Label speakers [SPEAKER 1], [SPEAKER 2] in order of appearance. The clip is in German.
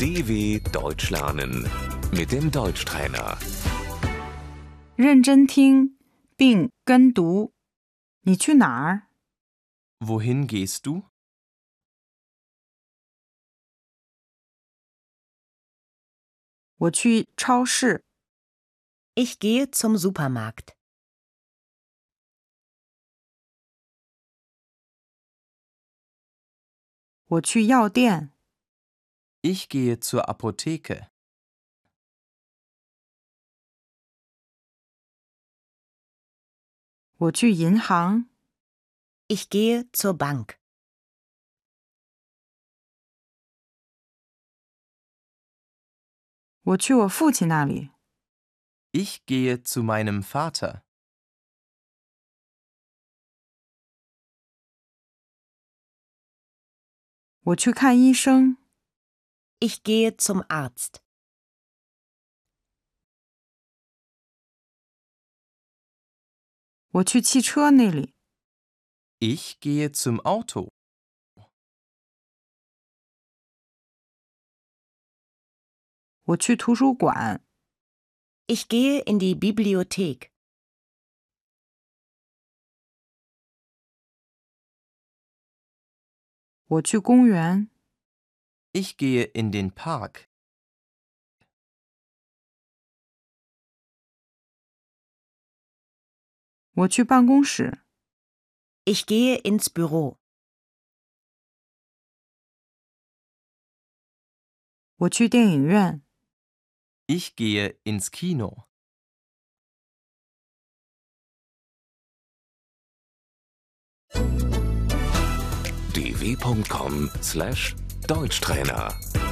[SPEAKER 1] DW Deutsch lernen mit dem Deutschtrainer.
[SPEAKER 2] 认真听并跟读。你去哪儿？
[SPEAKER 3] Wohin gehst du?
[SPEAKER 2] 我去超市。
[SPEAKER 4] Ich gehe zum Supermarkt.
[SPEAKER 2] 我去药店。
[SPEAKER 3] Ich gehe zur Apotheke.
[SPEAKER 2] Ich 我去银行。
[SPEAKER 4] Ich gehe zur Bank.
[SPEAKER 2] 我去我父亲那里。
[SPEAKER 3] Ich gehe zu meinem Vater.
[SPEAKER 2] 我去看医生。
[SPEAKER 4] Ich gehe zum Arzt.
[SPEAKER 2] 我去汽车那里。
[SPEAKER 3] Ich gehe zum Auto.
[SPEAKER 2] 我去图书馆。
[SPEAKER 4] Ich gehe in die Bibliothek.
[SPEAKER 2] 我去公园。
[SPEAKER 3] Ich gehe in den Park.
[SPEAKER 2] 我去办公室。
[SPEAKER 4] Ich gehe ins Büro.
[SPEAKER 2] 我去电影院。
[SPEAKER 3] Ich gehe ins Kino.
[SPEAKER 1] dw.com/deutschtrainer